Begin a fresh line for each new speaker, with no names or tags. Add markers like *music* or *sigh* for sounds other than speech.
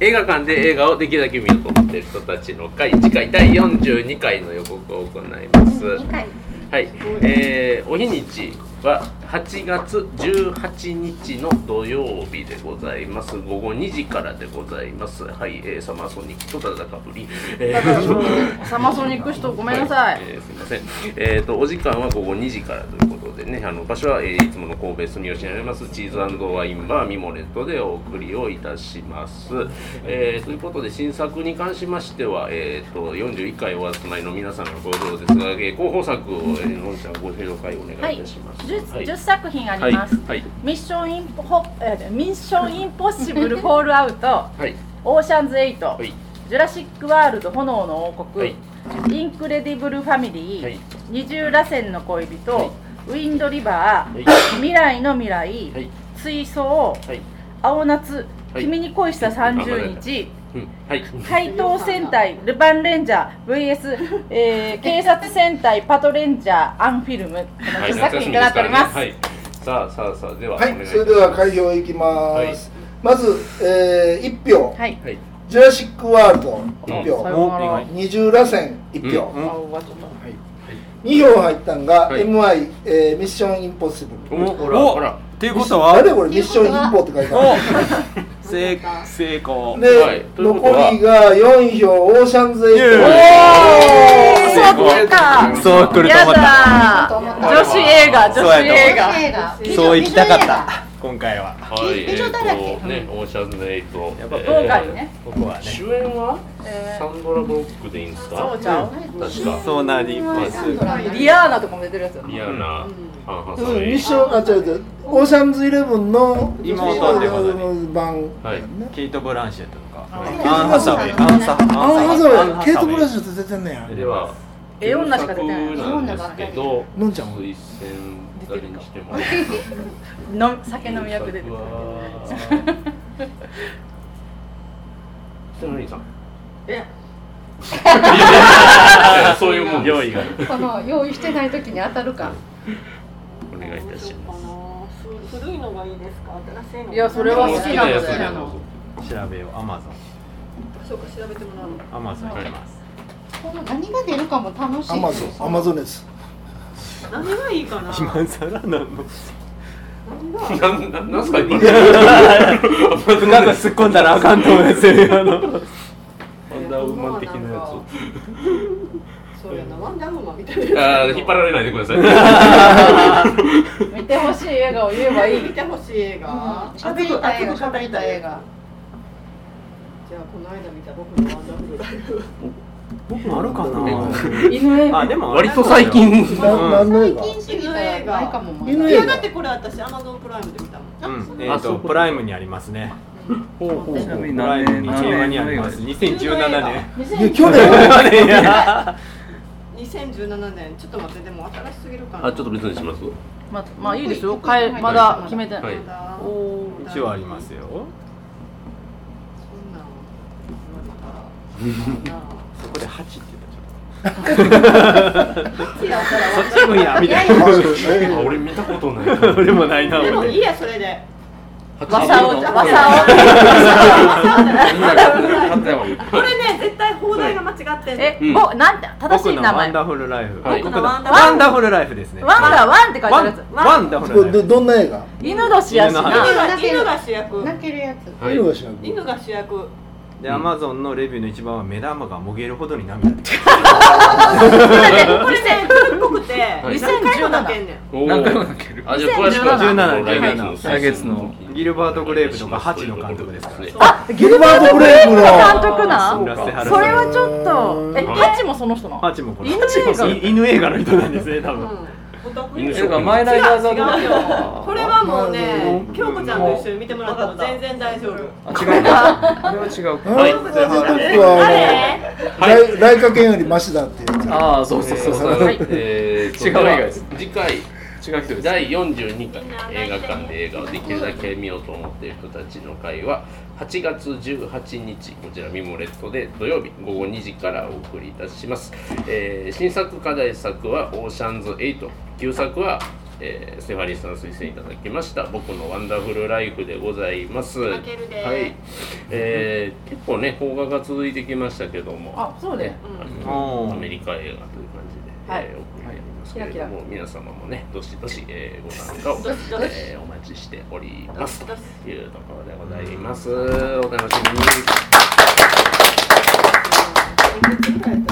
映画館で映画をできるだけ見ようと思っている人たちの会次回第42回の予告を行います、
二回。
はい、えーお日にちは8月18日の土曜日でございます。午後2時からでございます。はい、えーサマーソニックとただかぶり。え
だからもう
ー
サマソニック人ごめんなさ。
はいえーすみません。えっ、とお時間は午後2時からということでね、あの場所は、えーいつもの神戸住吉にありますチーズワインバーミモレットでお送りをいたします。えーということで新作に関しましては、えっ、と41回お集まりの皆さんのご同ですが、えー広報作を、えー、のんちゃんご紹介お
は
願いい
い
たします。。
十十作品あります。
はい
ミッションインポえミッションインポッシブルフォールアウト、
はい
オーシャンズエイト、
はい
ジュラシックワールド炎の王国、
は
インクレディブルファミリー、
はい
二重螺旋の恋人、
はい
ウィンドリバー、
は
未来の未来、
はい
水槽、
はい
青夏、
はい
君に恋した30日、
うんはい
怪盗戦隊ルパンレンジャー VS、え
*laughs*
ー警察戦隊パトレンジャーアンフィルムこの
はい
10作品となっております、
はい。さあさあさあではお
は
願いしま
い、
す。
それでは開票いきます。まず、えー、1票、
はい
はい。
ジュラシック・ワールド1
さ
票、
ようなら
お
二重螺旋1票、
うん
あうわちょっと
2票入ったんが、
はい
MI、えーミッション・インポッシブル。
おほら
お
ほら。
っていうこと
あれ
は
これミッション・インポって書いてある。
お成成功
で、
はいということは
残りが4票、オーシャンズ8。
イエーイ
えー
お
そっか
そう来る
や
と思った
だー女子映画
そう
女子
やと思う
映画
そう行きたかった今回は
はい、
劇場だらけ
えーとね、オーシャンズエイト。
やっぱ
えー
今回ね。
ここはね
主演は
え
サンドラブロックでいいんです
ーそ
か
う。ちゃう
確か。
そうなります
リアーナとかも出てるやつやな
リアな。ハンハ
う
サ
ん
ウェ
ミッ
イ
ション、あ、違う違う、オーシャンズイレブンの
妹ってことね
版。
はい。
ケイト・ブランシェットとか
はい
アン・ハサウェイアンサ・
あ、ハサウ
アン
ェイ、ケイト・ブラ
ェ
シェット出てんねや。
では。
ええ女しか出てない
旧作なんですけど。
のんちゃんは
推薦誰にしても。
の酒飲み役出てる
北の兄さん。
え
そういうもん。用意が。
この用意してない時に当たるか
お願いいたします。
古いのがいいですか新しいのが
いやそれは好きなの
や
よ
つでどうぞ
調べようアマゾ
そうか調べてもらうの
ンアマゾン行きます
この何が出るかも楽しい
アマゾン、アマゾンです。
何がいいかな
今更なの
何が
なんなんなんすか今。
*laughs* なんか突っ込んだらあかんと思うすよあの
ワンダーウーマン的なや
そうやなワンダーウーマンみたいな
つ。ああ引っ張られないでください。
見てほしい映画を言えばいい
見てほしい映画、
うん
じゃあ
喋りたい映画喋りたい映画
この間見た僕のワンダーフルライフ
僕もあるか
犬映
な
画
*laughs* あでも
割と最近。
な
う
何
ん
の映画
最近すぎたらないかもまだ
犬
い
映
や
画
だってこれ私アマゾンプライムで見たも
う
ん
んえ
あ
っ
そうい
と
うこと
プライムにありますね
ほうほう
プライムに映画にあります2017年
いや、去年。
いや
2017年ちょっと待ってでも新しすぎるかな
あ、ちょっと別にします。
ままあいいですよかえまだ決めてない、
はい
まだ
おおー
一応ありますよ
そんなん言われたら
そこで8って言っ
好きやったら
たちょっとそっちもいいやみたい
あ
な
え
俺見たことない。
俺もないな
でも
思っ
い
て
いやそれで
わさおじゃわ
お。
さお
これね絶対放題が間違ってんの
え、
うん
ぼなんて正し
僕
い
の
名
ワン
前ワン
ダフルライフ
はい
僕の
ワ
ワ
ン
ン
ダ
ダフルライフですね
ダワンって書いてあるやつ
ワンダフ
これ
ルラ
で
イフ
*laughs* どんな映画
犬年やしな
犬の
犬
話
が犬が主役
泣けるやつ
はい
犬が主役
犬が主役
で、アマゾンのレビューの一番は目玉がもげるほどに涙 *laughs*
これね古っぽくて
い
何回も泣けんねん
何回も泣ける。あ、じゃあ詳しくは
2017
来月の
ギルバートグレープとかハチの監督ですから
ね。
あ
ギルバート・グレイブの
監督な
村瀬春樹
それはちょっとえ
うん
ハチもその人なの
ハチもこれ
犬映画
い犬映画の人なんですね多分
うんオタク
犬
ていうか前ライダーザドラ
違うよ
ゴン
これはもうね京子ちゃんと一緒に見てもらっても全然大丈夫
あ違うかあれは違うか
はい、全然トップは
誰
あの、来来華圏よりマシだっていうや
ああそうそうそうそう、
え
違う映画です
次回
違う人です
第42回映画館で映画をできるだけ見ようと思っている人たちの会は8月18日こちらミモレットで土曜日午後2時からお送りいたします、えー新作課題作は「オーシャンズ8」旧作は「えー、ステファニーさん推薦いただきました「僕のワンダフルライフ」でございます。
泣けるで
はいえー、結構ね邦画が続いてきましたけども
あそうね
ね
う
あの
ん
アメリカ映画という感じで、
はい
えーお送りしておりますけれども、
はい
皆様もねどしどし、えーご参加を
どしどし
えーお待ちしております
どしどし
というところでございますお楽しみに
いくつぐらいだった